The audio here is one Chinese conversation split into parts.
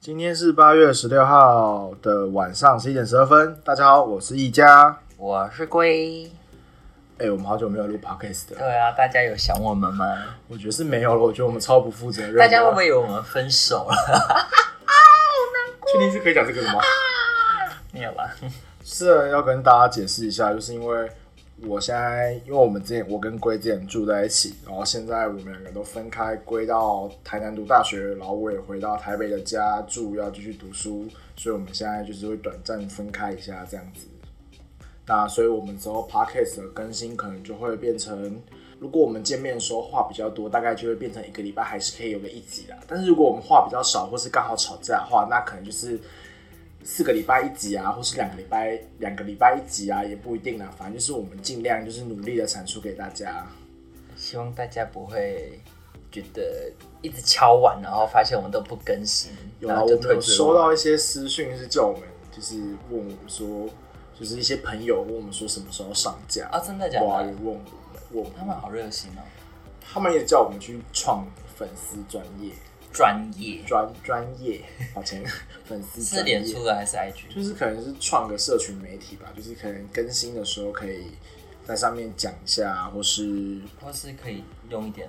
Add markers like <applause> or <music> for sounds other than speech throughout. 今天是八月十六号的晚上十一点十二分。大家好，我是一家。我是龟。哎、我们好久没有录 podcast 了，对啊，大家有想我们吗？我觉得是没有了。我觉得我们超不负责任的。大家会不会以为我们分手了？确定是可以讲这个的吗？ <laughs> 没有吧？是啊要跟大家解释一下，就是因为我现在，因为我们之前我跟龟之前住在一起，然后现在我们两个都分开，归到台南读大学，然后我也回到台北的家住，要继续读书，所以我们现在就是会短暂分开一下这样子。那所以我们之后 podcast 的更新可能就会变成，如果我们见面的时候话比较多，大概就会变成一个礼拜还是可以有个一集啦。但是如果我们话比较少，或是刚好吵架的话，那可能就是四个礼拜一集啊，或是两个礼拜两个礼拜一集啊，也不一定啦。反正就是我们尽量就是努力的产出给大家。 <laughs> 希望大家不会觉得一直敲碗，然后发现我们都不更新，有然啊，后我就们退有出收。到一些私讯是叫我们，就是问我们说，就是一些朋友问我们说什么时候上架啊，真的假的？哇，也问我们，问我他们，们好热心哦，他们也叫我们去创粉丝专业。专业专专业，抱 <laughs> 歉，粉丝是专业脸，书的还是 IG？就是可能是创个社群媒体吧，就是可能更新的时候可以在上面讲一下，或是或是可以用一点？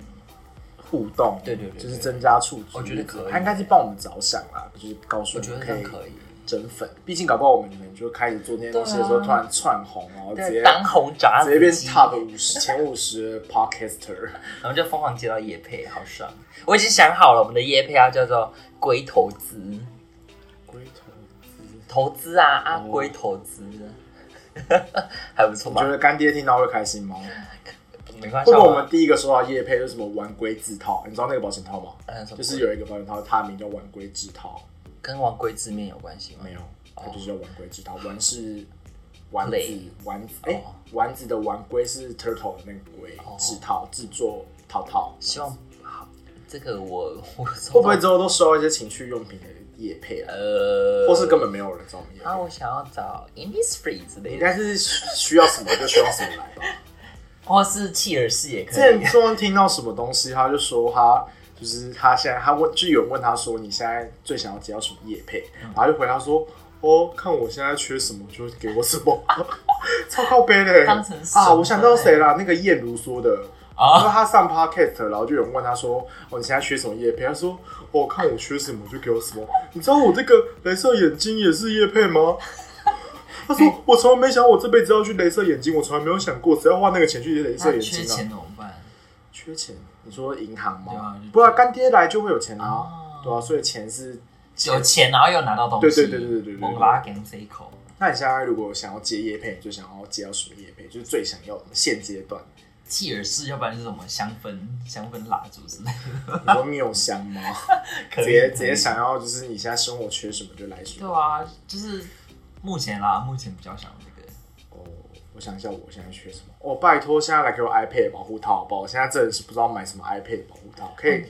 互动，对对对对就是增加触及率。我觉得可以他应该是帮我们着想啦，就是告诉我我觉得们这样以可以。增粉，毕竟搞不好我们可能就开始做那些东西的时候，对啊突然窜红，然后直接当红炸直接子变鸡 top 五十前五十 <laughs> podcaster。然后就疯狂接到叶配，好爽！我已经想好了，我们的叶配要叫做“龟投资龟头资”，投资啊啊，龟投资， <laughs> 还不错你吧觉？得干爹听到会开心吗？没关系，啊会不会我我们第一个说到叶配就是什么玩龟自套？你知道那个保险套吗？嗯什么就是有一个保险套，它的名叫晚归之套，跟王龟字面有关系吗？没有，哦它就是叫晚归之套。丸是丸子 Play，丸子，哎、哦丸子的丸龟是 turtle 的那个龟，制哦套制作套套。希望好，这个我我会会不会之后都收到一些情趣用品的叶配啊？呃，或是根本没有人找我们业啊，配？我想要找 Innisfree 之应类的，该是需要什么就需要什么来吧。或是契尔氏也之可以前。突然听到什么东西，他就说他就是他现在他问，就有人问他说你现在最想要接到什么业配，嗯然后他就回答说哦，看我现在缺什么就给我什 <laughs> 么，超靠背的当成神啊！我想到谁啦，那个燕如说的。啊然后他上 podcast，然后就有人问他说：“哦，你现在缺什么叶配？”他说：“哦，看我缺什么就给我什么。”你知道我这个镭射眼睛也是叶配吗？ <laughs> 他说：“我从来没想过我这辈子要去镭射眼睛，我从来没有想过，谁要花那个钱去镭射那眼睛缺啊？”钱怎么办？缺钱，你说银行对吗啊？不然干爹来就会有钱啊哦，对啊，所以钱是有钱然后又拿到东对对西，对对对对对猛拉给这一口。那你现在如果想要接业配，你最想要接到什么业配？就是最想要的现阶 <laughs> 段，契尔氏，要不然就是什么香氛、香氛蜡烛之类的。你说缪香吗？可直以接直接想要就是你现在生活缺什么就来什对么。啊，就是目前啦，目前比较想这个。哦，我想一下，我现在缺什么？哦，拜托，现在来给我 iPad 保护套好不好？我现在真的是不知道买什么 iPad 保护套，可嗯以。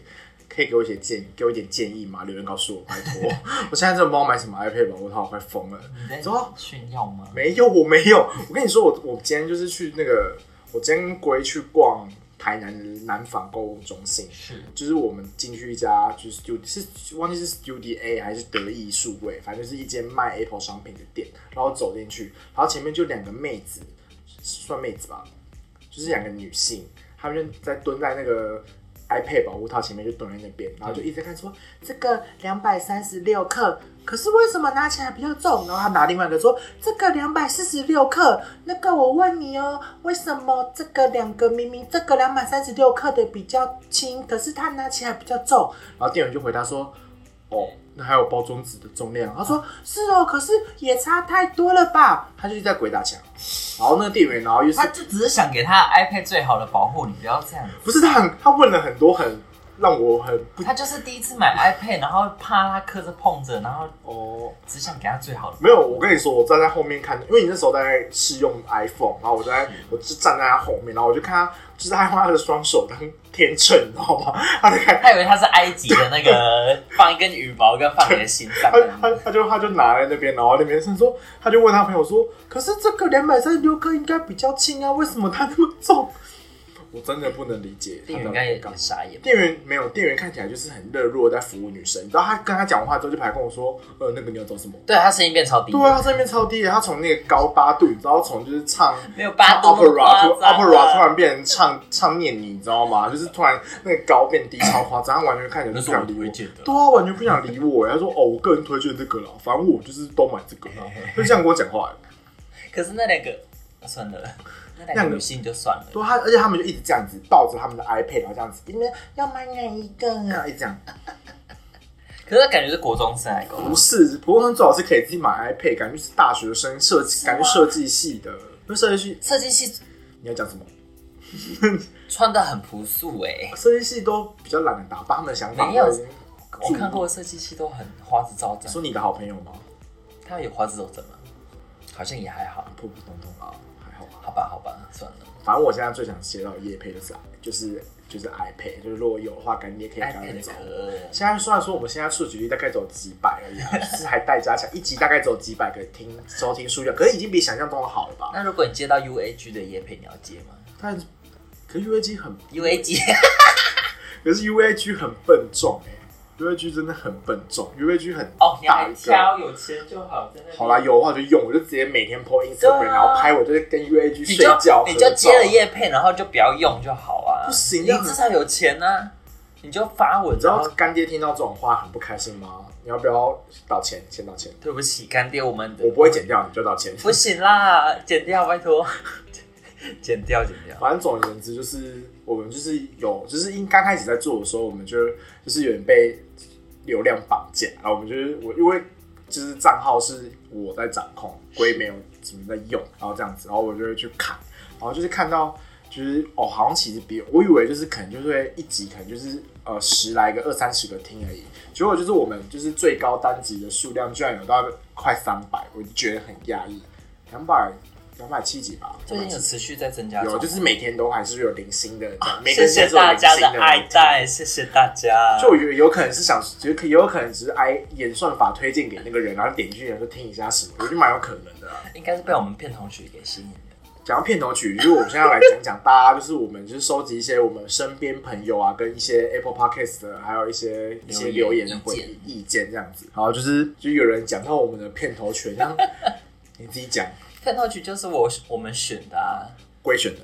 可以给我一些建议，给我一点建议吗？留言告诉我，拜托！ <laughs> 我现在真的不知道买什么 iPad 保护套，我快疯了。你在走啊炫耀吗？没有，我没有。我跟你说，我我今天就是去那个，我今天归去逛台南的南纺购物中心，是就是我们进去一家就是 Stud 是忘记是 Studia 还是德意数位，反正就是一间卖 Apple 商品的店。然后走进去，然后前面就两个妹子，算妹子吧，就是两个女性，她们就在蹲在那个 iPad 保护套前面就蹲在那边，然后就一直在看说这个两百三十六克，可是为什么拿起来比较重？然后她拿另外一个说这个两百四十六克，那个我问你哦，为什么这个两个明明这个两百三十六克的比较轻，可是它拿起来比较重？然后店员就回答说哦，那还有包装纸的重量。他说、是哦，可是也差太多了吧？他就一直在鬼打墙。然后那个店员，然后又是他就只是想给他的 iPad 最好的保护，你不要这样。不是他很他问了很多很让我很不他就是第一次买 iPad，然后怕他磕着碰着，然后哦。只想给他最好的。没有，我跟你说，我站在后面看，因为你那时候在试用 iPhone，然后我就在，我就站在他后面，然后我就看他，就是他用他的双手当天秤，你知道吗？ <laughs> 他就看，他以为他是埃及的那个 <laughs> 放一根羽毛跟放你的心脏他。他他就他就拿在那边，然后那边是说，他就问他朋友说，可是这个两百三十六克应该比较轻啊，为什么它那么重？我真的不能理解他 <laughs> 店到底员应该在也干很嘛。傻眼吧。店员没有，店员看起来就是很热络在服务女生。然后他跟他讲话之后，就跑来跟我说：“呃，那个你要找什么对他声音变超？”低，对啊，他在那边超低的，他从那个高八度，然后从就是唱没有唱八度那么 opera 突夸张啊 opera 突然变成唱唱念你，你知道吗？就是突然那个高变低，超夸张，他完全看起来就那不是我想理我推。荐的。对啊，完全不想理我。他说：“哦，我个人推荐这个啦，反正我就是都买这个啦。”就这样跟我讲话。可是那两个啊算了，那那两两个个女性就算了。对啊他，而且他们就一直这样子抱着他们的 iPad，然后这样子，你们要买哪一个啊？一直这样。可是他感觉是国中生啊来搞，不是，普通人最好是可以自己买 iPad，感觉是大学生设计，吗感觉设计系的。那设计系设计系你要讲什么？穿的很朴素哎、设计系都比较懒得打扮，他们的想法没有都已经我看过的设计系都很花枝招展，说你的好朋友吗？他有花枝招展吗？好像也还好，普普通通啊，还好吧。好吧好吧，算了。反正我现在最想接到的业配就是就是就是 iPad，就是如果有的话，赶紧也可以赶紧 iPad 找的我。壳，现在虽然说我们现在触及率大概只有几百而已 <laughs> 啊，就是还待加强，一集大概只有几百个听收听数量，可是已经比想象中的好了吧？那如果你接到 UAG 的叶配，你要接吗但是可是 UAG 很 <laughs> ？UAG 可是 UAG 很笨重哎、u a g 真的很笨重，UAG 很哦，你大要一个。挑有钱就好，啊真的。好啦，有的话就用，我就直接每天 po 对 Instagram，、啊然后拍我就是跟 UAG 你睡就觉你就接了耶。叶配，然后就不要用就好啊。不行你这样至少有钱啊，你就发文，你知然道后干爹听到这种话很不开心吗？你要不要道歉？先道歉，对不起干爹，我们的我不会剪掉，你就道歉。不行啦，剪掉，拜托， <laughs> 剪掉，剪掉。反正总而言之，就是我们就是有，就是因刚开始在做的时候，我们就就是有点被流量绑架，然后我们就是我因为就是账号是我在掌控，龟没有怎么在用，然后这样子，然后我就会去看，然后就是看到就是哦，好像其实别我以为就是可能就是会一集可能就是呃十来个二三十个听而已，结果就是我们就是最高单集的数量居然有到快三百，我就觉得很讶异，两百两百七集吧，最近有持续在增加中，有，啊就是每天都还是有零星的，每个谢人都是有啊谢大零家星的的爱戴，啊谢谢大家。就有有可能是想，就可有可能只是挨演算法推荐给那个人，然后点进去然后听一下什么，我觉得蛮有可能的啊、应该是被我们片头曲给吸引的。讲到片头曲，就是我们现在要来讲讲大家，就是我们就是收集一些我们身边朋友啊，跟一些 Apple Podcast 的，还有一些一些留留言言的回意见这样子。然后就是就是有人讲到我们的片头曲，像 <laughs> 你自己讲片头曲就是我我们选的啊，归选的，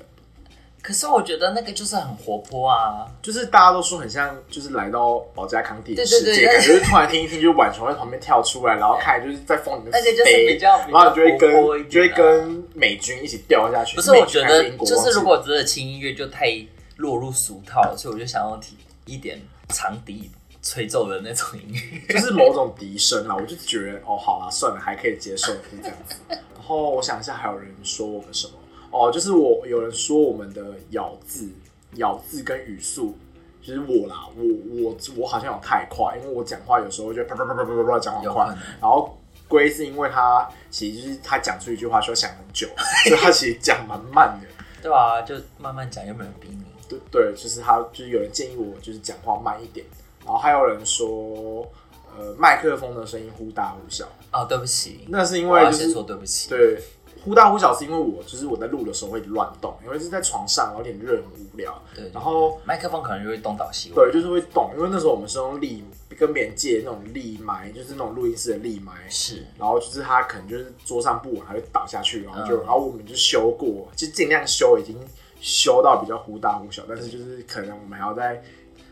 可是我觉得那个就是很活泼啊，就是大家都说很像，就是来到保加康帝的对世对界，对感觉就是突然听一听，就是浣熊在旁边跳出来，然后看就是在风里面飞，那个就是比较比然后你就会较活泼一跟就会点啊跟美军一起掉下去。不是，我美觉军还得英国就是如忘果真的轻音乐就太落入俗套了，所以我就想要提一点长笛吹奏的那种音乐。记 <laughs> 就是某种笛声啦，我就觉得哦，好啦，算了，还可以接受，就这样子。然后我想一下，还有人说我们什么？哦，就是我有人说我们的咬字、咬字跟语速。就是我啦，我我我好像有太快，因为我讲话有时候就啪啪啪啪啪啪啪讲很有快可能，然后龟是因为他其实就是他讲出一句话需要想很 <laughs> 久，所以他其实讲蛮慢的。对啊，就慢慢讲，又没有人逼你。对对，就是他就是有人建议我就是讲话慢一点，然后还有人说呃麦克风的声音忽大忽小，哦，对不起，那是因我为要就先是说对不起。对忽大忽小是因为我就是我在录的时候会乱动，因为是在床上有点热很无聊，对，然后麦克风可能就会东倒西歪。对就是会动，因为那时候我们是用立跟别人借那种立麦，就是那种录音室的立麦，是，然后就是他可能就是桌上不稳，他就倒下去，然后就、嗯然后我们就修过，就尽量修，已经修到比较忽大忽小，但是就是可能我们还要再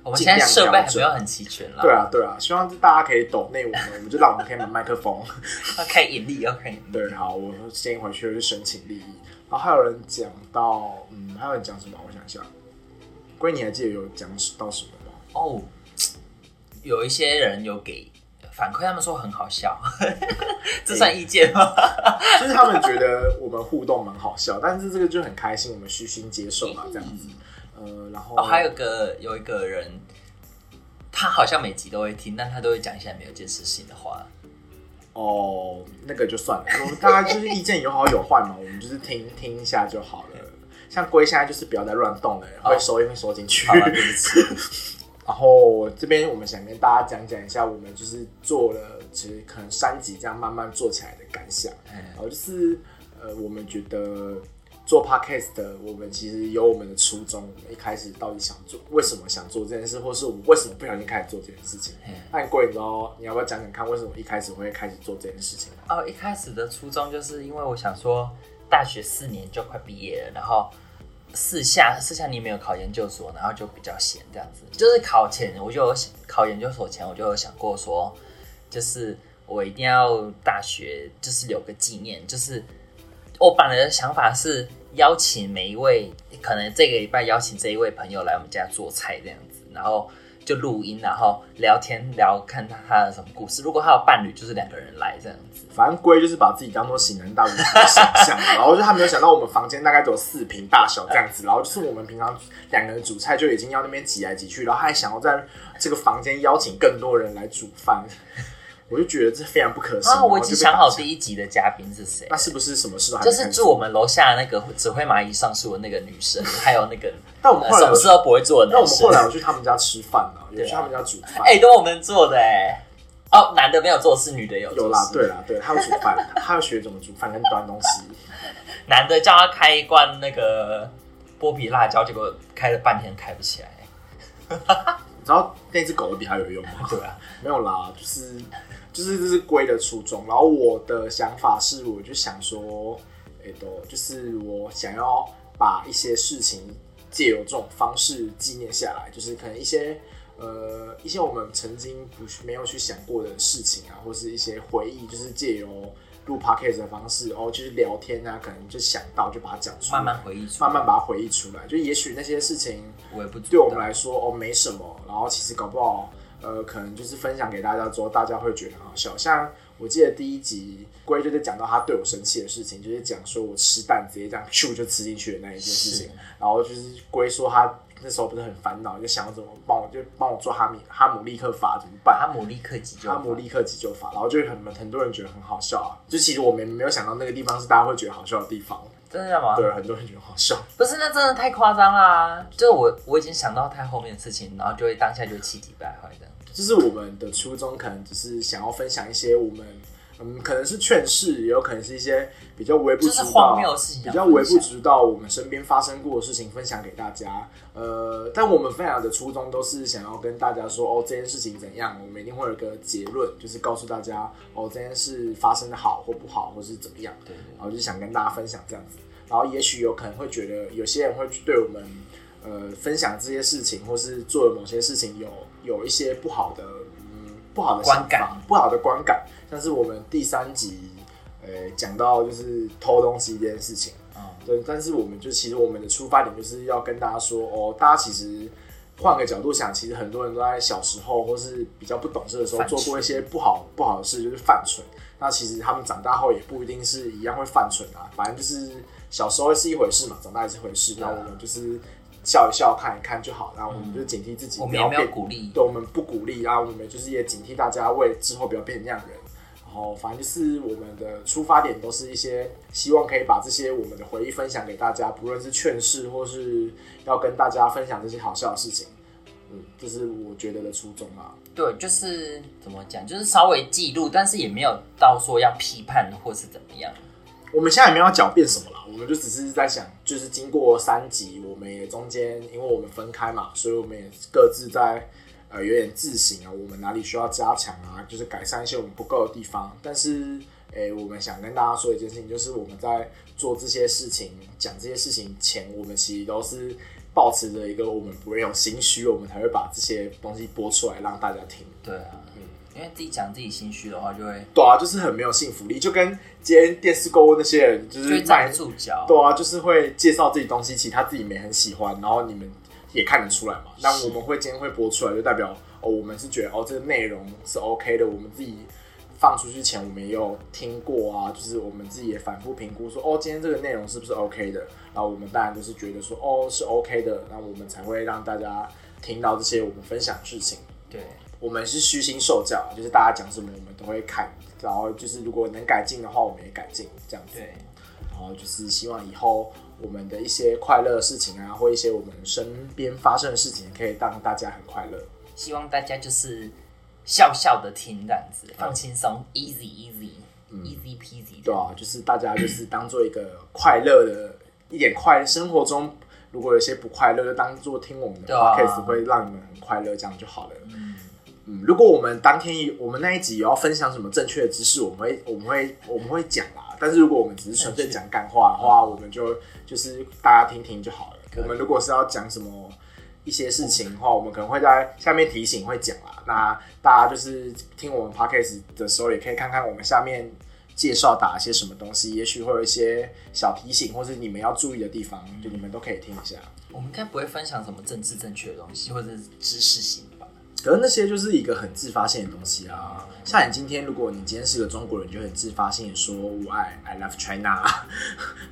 我们现在尽设量备调还整没有很齐全啦。对啊对啊，希望大家可以抖内我们，我们就让我们可以买麦克 <laughs> 风。要开盈利，要开盈利。对，好，我先回去就申请利益。然后还有人讲到，嗯，还有人讲什么？我想一下，龟你还记得有讲到什么 <laughs> 吗？哦，有一些人有给反馈，他们说很好笑， <laughs> 这算意见吗？就是他们觉得我们互动蛮好笑，但是这个就很开心，我们虚心接受嘛，这样子。呃，然后、嗯哦，还有个有一个人，他好像每集都会听，但他都会讲一些没有建设性的话。哦，那个就算了，我们大家就是意见有好有坏嘛，我们就是听听一下就好了。像龟现在就是不要再乱动了，会收音会收进去哦好。吧，对不起。然后这边我们想跟大家讲讲一下，我们就是做了其实可能三集这样慢慢做起来的感想。哎然后就是呃，我们觉得做 podcast 的我们其实有我们的初衷，我们一开始到底想做，为什么想做这件事，或是我们为什么不小心开始做这件事情。嗯那你贵，你知道哦你要不要讲讲看，为什么一开始会开始做这件事情？哦，一开始的初衷就是因为我想说，大学四年就快毕业了，然后四下四下你没有考研究所，然后就比较闲这样子。就是考前我就有想，考研究所前我就有想过说，就是我一定要大学就是留个纪念，就是我本来的想法是邀请每一位，可能这个礼拜邀请这一位朋友来我们家做菜这样子，然后就录音，然后聊天聊看他他的什么故事。如果他有伴侣，就是两个人来这样子。反正龟就是把自己当做型男大主厨的想象嘛，然后就他没有想到我们房间大概只有四平大小这样子，然后就是我们平常两个人煮菜就已经要那边挤来挤去，然后还想要在这个房间邀请更多人来煮饭， <laughs> 我就觉得这非常不可行。啊，我已经想好第第一集的嘉宾是谁那，是不是什么事都还没就是开始住我们楼下那个指挥蚂蚁上树的那个女 <laughs> 生，还有那个但我们呃后来什有么去事都不会做的那我男们后来有生。去他们家吃饭了，有去他们家煮饭。哎、都我们做的哎、哦，男的没有做事，女的有有做事。啦，对啦，对，他有煮饭，他要学怎么煮饭跟端东西。男的叫他开一罐那个剥皮辣椒，结果开了半天开不起来。你知道那只狗的比他有用吗？对啊，没有啦，就是就是这是龟的初衷。然后我的想法是，我就想说，哎、都就是我想要把一些事情借由这种方式纪念下来，就是可能一些呃一些我们曾经不是没有去想过的事情啊，或是一些回忆，就是借由录 podcast 的方式，哦，就是聊天啊，可能就想到就把它讲出来，慢慢回忆出来，慢慢把它回忆出来。就也许那些事情微不足道。对我们来说哦没什么，然后其实搞不好呃可能就是分享给大家之后，大家会觉得很好笑。像我记得第一集龟就在讲到他对我生气的事情，就是讲说我吃蛋直接这样 <laughs> 咻就吃进去的那一件事情是，然后就是龟说他那时候不是很烦恼，就想要怎么帮我就帮我做哈米哈姆立克法怎么办？阿姆立克急救法，哈姆立克急救法，然后就很很多人觉得很好笑啊，就其实我们没有想到那个地方是大家会觉得好笑的地方，真的吗？对，很多人觉得好笑。不是，那真的太夸张啦！就是我我已经想到太后面的事情，然后就会当下就会气急败坏这样。就是我们的初衷可能只是想要分享一些我们，嗯，可能是劝世，也有可能是一些比较微不就是足道荒谬的事情比要较分微不享足道我们身边发生过的事情分享给大家。呃，但我们分享的初衷都是想要跟大家说，哦，这件事情怎样，我们一定会有一个结论，就是告诉大家，哦，这件事发生的好或不好，或是怎么样。对对对然后就想跟大家分享这样子。然后也许有可能会觉得有些人会对我们呃分享这些事情，或是做的某些事情有有一些不好的嗯不好的想法观感，不好的观感。像是我们第三集呃讲到就是偷东西这件事情，嗯，对，但是我们就其实我们的出发点就是要跟大家说哦，大家其实。换个角度想，其实很多人都在小时候或是比较不懂事的时候犯做蠢过一些不好不好的事，就是犯蠢。那其实他们长大后也不一定是一样会犯蠢啊，反正就是小时候是一回事嘛，长大也是一回事。那啊我们就是笑一笑，看一看就好。然后我们就警惕自己，嗯我不们也要没有变鼓励，对，我们不鼓励啊，我们就是也警惕大家为之后不要变成那样的人。然后，反正就是我们的出发点都是一些希望可以把这些我们的回忆分享给大家，不论是劝世或是要跟大家分享这些好笑的事情，嗯，这是我觉得的初衷啊。对，就是怎么讲，就是稍微记录，但是也没有到说要批判或是怎么样。我们现在也没有要狡辩什么啦，我们就只是在想，就是经过三集，我们也中间因为我们分开嘛，所以我们也各自在呃有点自省啊，我们哪里需要加强啊，就是改善一些我们不够的地方。但是，诶、我们想跟大家说一件事情，就是我们在做这些事情、讲这些事情前，我们其实都是保持着一个我们不会有心虚，我们才会把这些东西播出来让大家听。对啊，因为自己讲自己心虚的话，就会对啊，就是很没有信服力，就跟今天电视购物那些人，就就是会卖站不住脚。对啊，就是会介绍自己东西，其实他自己没很喜欢，然后你们也看得出来嘛。那我们会今天会播出来，就代表哦，我们是觉得哦，这个内容是 OK 的，我们自己放出去前我们也有听过啊，就是我们自己也反复评估说哦，今天这个内容是不是 OK 的？然后我们当然就是觉得说哦是 OK 的，那我们才会让大家听到这些我们分享的事情。对，我们是虚心受教，啊就是大家讲什么我们都会看，然后就是如果能改进的话，我们也改进这样子。对，然后就是希望以后我们的一些快乐的事情啊，或一些我们身边发生的事情，可以让大家很快乐。希望大家就是笑笑的听这样子，放轻松，easy easy，easy peasy。对啊，就是大家就是当做一个快乐的一点快乐，生活中如果有些不快乐，就当做听我们的对啊 podcast、会让你们很快乐，这样就好了。嗯，如果我们当天有我们那一集有要分享什么正确的知识，我们会我们会我们会讲啦。但是如果我们只是纯粹讲干话的话，我们就就是大家听听就好了。嗯可以我们如果是要讲什么一些事情的话，我们可能会在下面提醒会讲啦。那大家就是听我们 podcast 的时候，也可以看看我们下面介绍打些什么东西，也许会有一些小提醒，或是你们要注意的地方，就你们都可以听一下。我们应该不会分享什么政治正确的东西，或者是知识型吧？可是那些就是一个很自发性的东西啊。像你今天，如果你今天是个中国人，你就很自发性的说“我爱 I love China”，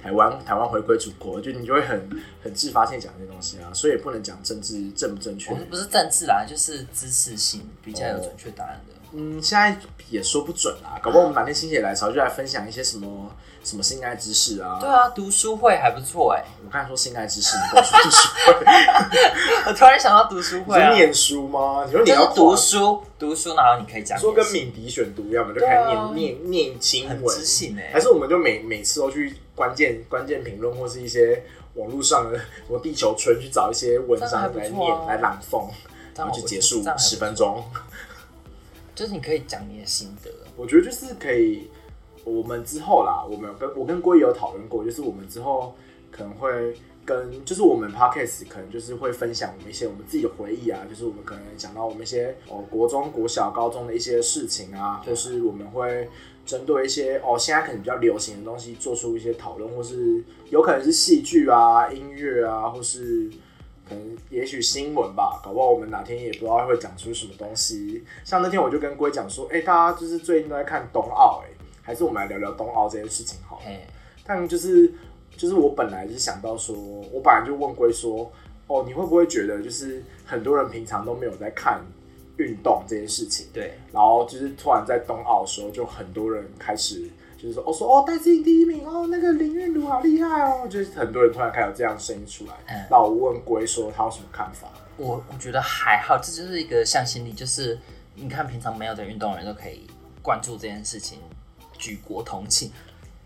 台湾台湾回归祖国，就你就会很很自发性地讲这些东西啊。所以也不能讲政治正不正确我。们不是政治啦，就是知识性比较有准确答案的。嗯，现在也说不准啦，搞不好我们哪天心血来潮就来分享一些什么什么性爱知识啊。对啊，读书会还不错哎、我刚才说性爱知识，你跟我说读书会， <laughs> 我突然想到读书你会啊说，念书吗？你说你就要是读跨书，读书然后你可以讲说跟故事敏迪选读一样嘛，就开始对念、啊念念新很闻知，性哎、还是我们就每每次都去关键关键评论或是一些网络上的什么地球村去找一些文章来这样还不念、错啊来朗诵，这然样后我就结束这样还不十分钟。就是你可以讲你的心得。我觉得就是可以，我们之后啦，我们有跟我跟龟有讨论过，就是我们之后可能会跟，就是我们 podcast 可能就是会分享我们一些我们自己的回忆啊，就是我们可能讲到我们一些哦国中、国小、高中的一些事情啊，对或是我们会。针对一些哦，现在可能比较流行的东西，做出一些讨论，或是有可能是戏剧啊、音乐啊，或是可能也许新闻吧，搞不好我们哪天也不知道会讲出什么东西。像那天我就跟龟讲说，哎、大家就是最近都在看冬奥，哎，还是我们来聊聊冬奥这件事情好了。哎，但就是就是我本来就是想到说，我本来就问龟说，哦，你会不会觉得就是很多人平常都没有在看运动这件事情？对，然后就是突然在冬奥的时候，就很多人开始就是说，哦说哦戴资颖第一名，哦那个林韵如好厉害哦，就是很多人突然开始有这样的声音出来嗯。那、我问龟说他有什么看法？我我觉得还好，这就是一个向心力，就是你看平常没有的运动的人都可以关注这件事情，举国同庆，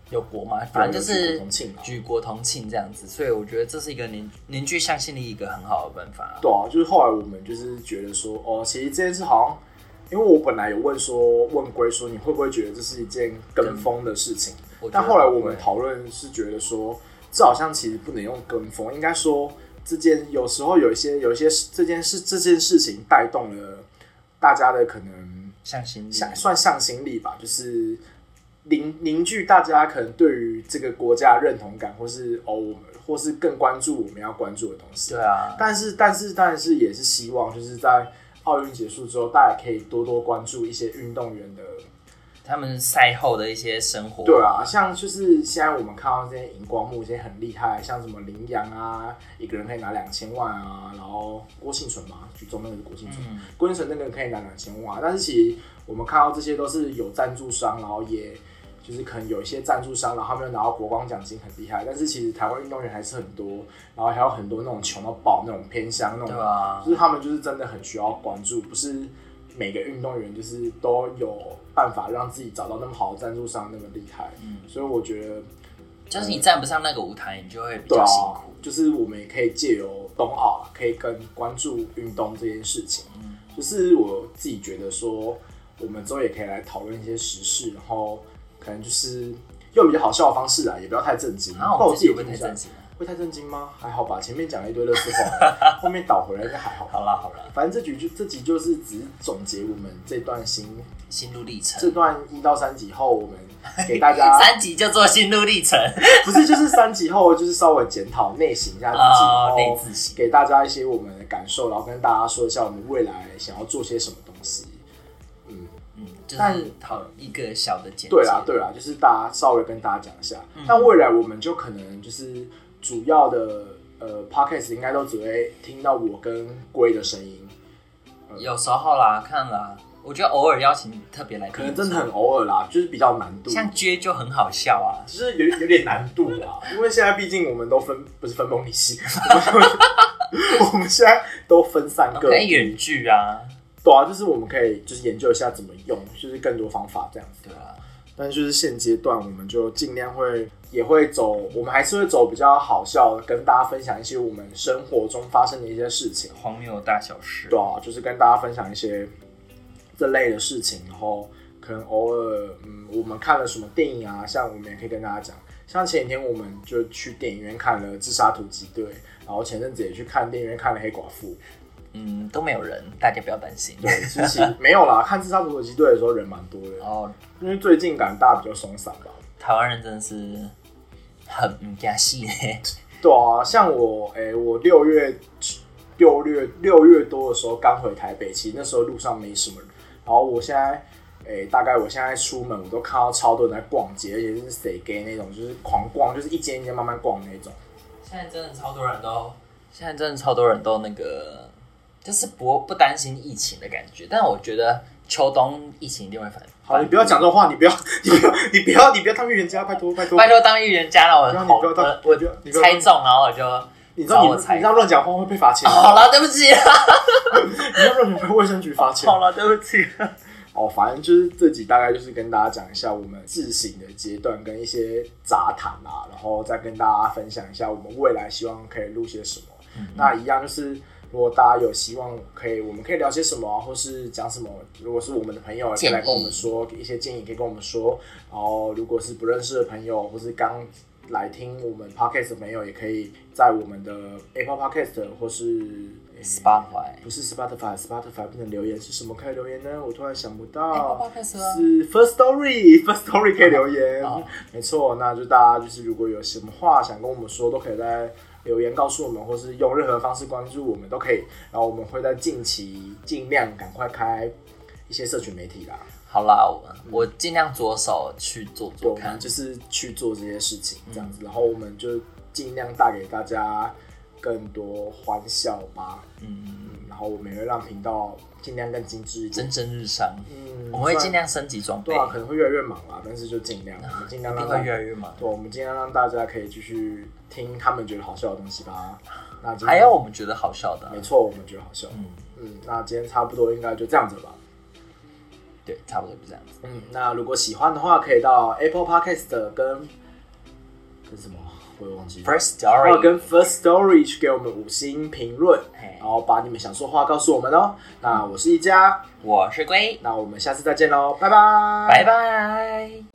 有国吗？反正就有举国是同庆啊举国同庆这样子，所以我觉得这是一个凝凝聚向心力一个很好的办法。对啊，就是后来我们就是觉得说，哦，其实这件事好像，因为我本来有问说问龟说你会不会觉得这是一件跟风的事情，我觉得但后来我们对讨论是觉得说，这好像其实不能用跟风，应该说这件有时候有一些有一些这件事这件事情带动了大家的可能向心力，向算向心力吧，就是凝凝聚大家可能对于这个国家的认同感，或是哦我们或是更关注我们要关注的东西。对啊，但是但是但是也是希望就是在奥运结束之后，大家可以多多关注一些运动员的他们赛后的一些生活，对啊，像就是现在我们看到这些荧光幕，这些很厉害，像什么羚羊啊，一个人可以拿两千万啊，然后郭幸存嘛，举重那个是郭幸存，嗯郭幸存那个可以拿两千万啊、但是其实我们看到这些都是有赞助商，然后也就是可能有一些赞助商，然后他们又拿到国光奖金很厉害，但是其实台湾运动员还是很多，然后还有很多那种穷到爆那种偏乡那对种啊，就是他们就是真的很需要关注，不是每个运动员就是都有办法让自己找到那么好的赞助商那么厉害，嗯所以我觉得就是你站不上那个舞台，你就会比对较啊辛苦。，就是我们也可以借由冬奥啊，可以更关注运动这件事情。嗯就是我自己觉得说，我们之后也可以来讨论一些时事，然后可能就是用比较好笑的方式啊，也不要太震惊。然后但我我们自己也会听太不下来震惊了。会太震惊吗？还好吧，前面讲了一堆乐事 <laughs> 话，后面倒回来应该还好吧。好啦好啦，反正这局就这集就是只是总结我们这段新心路历这程，段一到三集后，我们给大家三集就做心路历程，不是就是三集后就是稍微检讨内省一下自己，哦然内后自省给大家一些我们的感受，然后跟大家说一下我们未来想要做些什么东西。嗯，就但是讨一个小的简介。对啦，对啦，就是大家稍微跟大家讲一下。嗯但未来我们就可能就是主要的呃 podcast 应该都只会听到我跟龟的声音，啊有时候啦，看啦，我觉得偶尔邀请特别来宾，可能真的很偶尔啦，就是比较难度。像撅就很好笑啊，就是有有点难度啦，因为现在毕竟我们都分不是分崩离 <laughs> 析，我们现在都分散各可以地，远距啊，对啊，就是我们可以就是研究一下怎么用，就是更多方法这样子。对啊，但就是现阶段我们就尽量会也会走，我们还是会走比较好笑，跟大家分享一些我们生活中发生的一些事情。荒谬的大小事。对啊，就是跟大家分享一些这类的事情，然后可能偶尔，嗯，我们看了什么电影啊，像我们也可以跟大家讲。像前几天我们就去电影院看了《自杀突击队》，然后前阵子也去看电影院看了《黑寡妇》。嗯，都没有人，大家不要担心。对，其实没有啦，看《自杀突击队》的时候人蛮多的，然后因为最近感大家比较松散吧。哦台湾人真的是很唔加戏嘞，对啊，像我，诶、我六月六月六月多的时候刚回台北，其实那时候路上没什么人。然后我现在，诶、大概我现在出门，我都看到超多人在逛街，而且是谁给那种，就是狂逛，就是一间一间慢慢逛那种。现在真的超多人都，现在真的超多人都那个，就是不不担心疫情的感觉。但我觉得秋冬疫情一定会反。好，你不要讲这种话，你不要， <laughs> 你不要，你不要，你不要当预言家，拜托，拜托，拜托当预言家让我不要你红不要当我我你不要你不要猜中，然后我就 <laughs> 你知道你找我你猜这样乱讲话会被罚钱，好了，对不起，你这样乱讲会被卫生局罚钱。好了，对不起。哦，反正就是这集大概就是跟大家讲一下我们自省的阶段跟一些杂谈啊，然后再跟大家分享一下我们未来希望可以录些什么。那一样就是，如果大家有希望可以，我们可以聊些什么啊，或是讲什么，如果是我们的朋友，可以建议来跟我们说一些建议，可以跟我们说。然后如果是不认识的朋友，或是刚来听我们 podcast 的朋友，也可以在我们的 Apple Podcast 或是。 Spotify 不是 Spotify，Spotify 不能留言，是什么可以留言呢？我突然想不 Apple 到， Podcast 啊是 First Story，First Story 可以留言哦，没错。那就大家就是如果有什么话想跟我们说，都可以在留言告诉我们，或是用任何方式关注我们都可以。然后我们会在近期尽量赶快开一些社群媒体啦，好啦，我我尽量着手去做对，做我们看。就是去做这些事情这样嗯子，然后我们就尽量带给大家更多欢笑吧。嗯，嗯，然后我们也会让频道尽量更精致一点。蒸蒸日上，嗯，我们会虽然尽量升级装备对，啊，可能会越来越忙啦，但是就尽量，我们尽量一让定大会越家，来越忙。对，我们尽量让大家可以继续听他们觉得好笑的东西吧。那今天还有，我们觉得好笑的啊，没错，我们觉得好笑。嗯，嗯，那今天差不多应该就这样子吧。对，差不多就这样子。嗯，那如果喜欢的话，可以到 Apple Podcast 跟跟什么，我也忘记了。 First 还有 Story，哦跟 First Story 去给我们五星评论，嘿然后把你们想说的话告诉我们哦。那我是一家，我是龟，那我们下次再见喽，拜拜，拜拜。